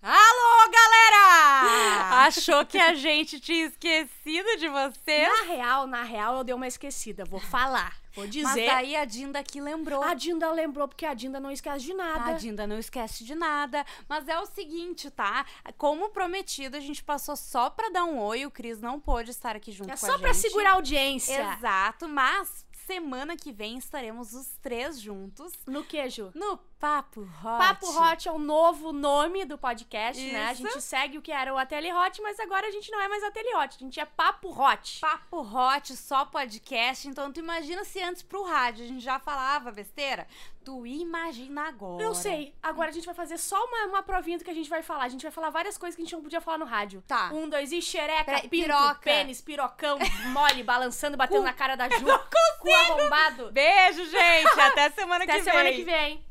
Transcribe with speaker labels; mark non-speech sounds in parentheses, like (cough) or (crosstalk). Speaker 1: (laughs) Achou que a gente tinha esquecido de você?
Speaker 2: Na real, na real, eu dei uma esquecida. Vou falar. Vou dizer.
Speaker 1: Mas é. Ah, daí a Dinda aqui lembrou.
Speaker 2: A Dinda lembrou, porque a Dinda não esquece de nada.
Speaker 1: A Dinda não esquece de nada. Mas é o seguinte, tá? Como prometido, a gente passou só pra dar um oi. O Cris não pôde estar aqui junto
Speaker 2: é
Speaker 1: com
Speaker 2: só
Speaker 1: a
Speaker 2: pra
Speaker 1: gente.
Speaker 2: segurar a audiência.
Speaker 1: Exato, mas semana que vem estaremos os três juntos
Speaker 2: No queijo.
Speaker 1: no Papo Hot.
Speaker 2: Papo Hot é o novo nome do podcast, né? A
Speaker 1: Isso.
Speaker 2: gente segue o que era o Ateli Hot, mas agora a gente não é mais Ateli Hot, a gente é Papo Hot.
Speaker 1: Papo Hot, só podcast. Então, tu imagina se antes pro rádio a gente já falava besteira? Tu imagina agora.
Speaker 2: Eu sei. Agora a gente vai fazer só uma, uma provinha do que a gente vai falar. A gente vai falar várias coisas que a gente não podia falar no rádio.
Speaker 1: Tá.
Speaker 2: Um, dois e xereca,
Speaker 1: Peraí,
Speaker 2: pinto,
Speaker 1: piroca.
Speaker 2: pênis, pirocão, mole, balançando,
Speaker 1: (laughs)
Speaker 2: batendo na cara da Ju. Cu abombado. (laughs)
Speaker 1: Beijo, gente. Até semana
Speaker 2: Até semana que vem.